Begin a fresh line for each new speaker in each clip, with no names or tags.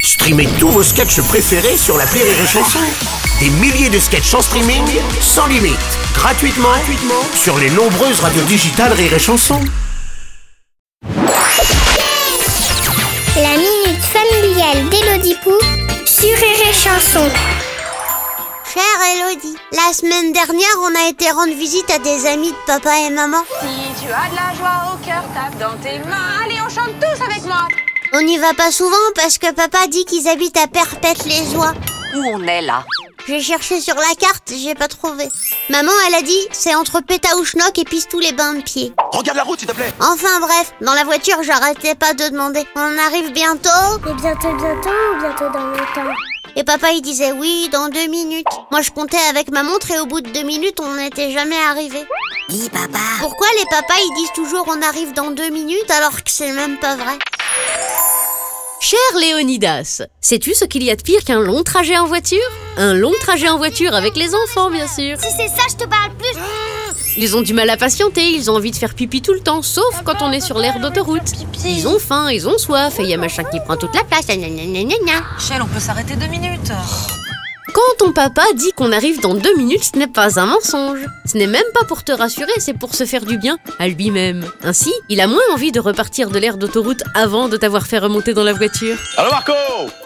Streamez tous vos sketchs préférés sur la Rire et Chanson. Des milliers de sketchs en streaming, sans limite, gratuitement, gratuitement sur les nombreuses radios digitales Rire et Chanson.
La minute familiale d'Élodie Pou sur Rire et Chanson.
Chère Elodie, la semaine dernière, on a été rendre visite à des amis de papa et maman.
Si tu as de la joie au cœur, tape dans tes mains. Allez, on chante tous avec moi.
On n'y va pas souvent parce que papa dit qu'ils habitent à Perpète-les-Oies.
Où on est là
J'ai cherché sur la carte, j'ai pas trouvé. Maman, elle a dit, c'est entre Pétaouchnock et Pistous-les-Bains de Pied.
Regarde la route, s'il te plaît.
Enfin bref, dans la voiture, j'arrêtais pas de demander. On arrive bientôt
Et bientôt, bientôt ou bientôt dans longtemps
Et papa, il disait oui, dans deux minutes. Moi, je comptais avec ma montre et au bout de deux minutes, on n'était jamais arrivé.
Dis papa,
Pourquoi les papas ils disent toujours on arrive dans deux minutes alors que c'est même pas vrai
Cher Léonidas, sais-tu ce qu'il y a de pire qu'un long trajet en voiture Un long trajet en voiture avec les enfants, bien sûr.
Si c'est ça, je te parle plus
Ils ont du mal à patienter, ils ont envie de faire pipi tout le temps, sauf quand on est sur l'aire d'autoroute. Ils ont faim, ils ont soif, et il y a machin qui prend toute la place. gna gna gna gna gna.
Michel, on peut s'arrêter deux minutes.
Quand ton papa dit qu'on arrive dans deux minutes, ce n'est pas un mensonge. Ce n'est même pas pour te rassurer, c'est pour se faire du bien à lui-même. Ainsi, il a moins envie de repartir de l'aire d'autoroute avant de t'avoir fait remonter dans la voiture.
Allô Marco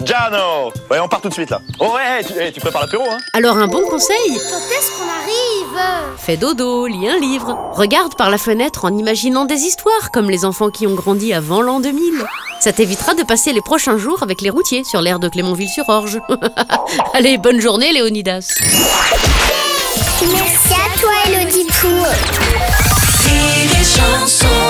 Giano Ouais, on part tout de suite là. Oh ouais, tu, eh, tu prépares l'apéro, hein
Alors un bon conseil
Quand est-ce qu'on arrive
Fais dodo, lis un livre, regarde par la fenêtre en imaginant des histoires comme les enfants qui ont grandi avant l'an 2000. Ça t'évitera de passer les prochains jours avec les routiers sur l'aire de Clémonville-sur-Orge. Allez, bonne journée Léonidas.
Merci à toi, Elodie Pou
Rire et chanson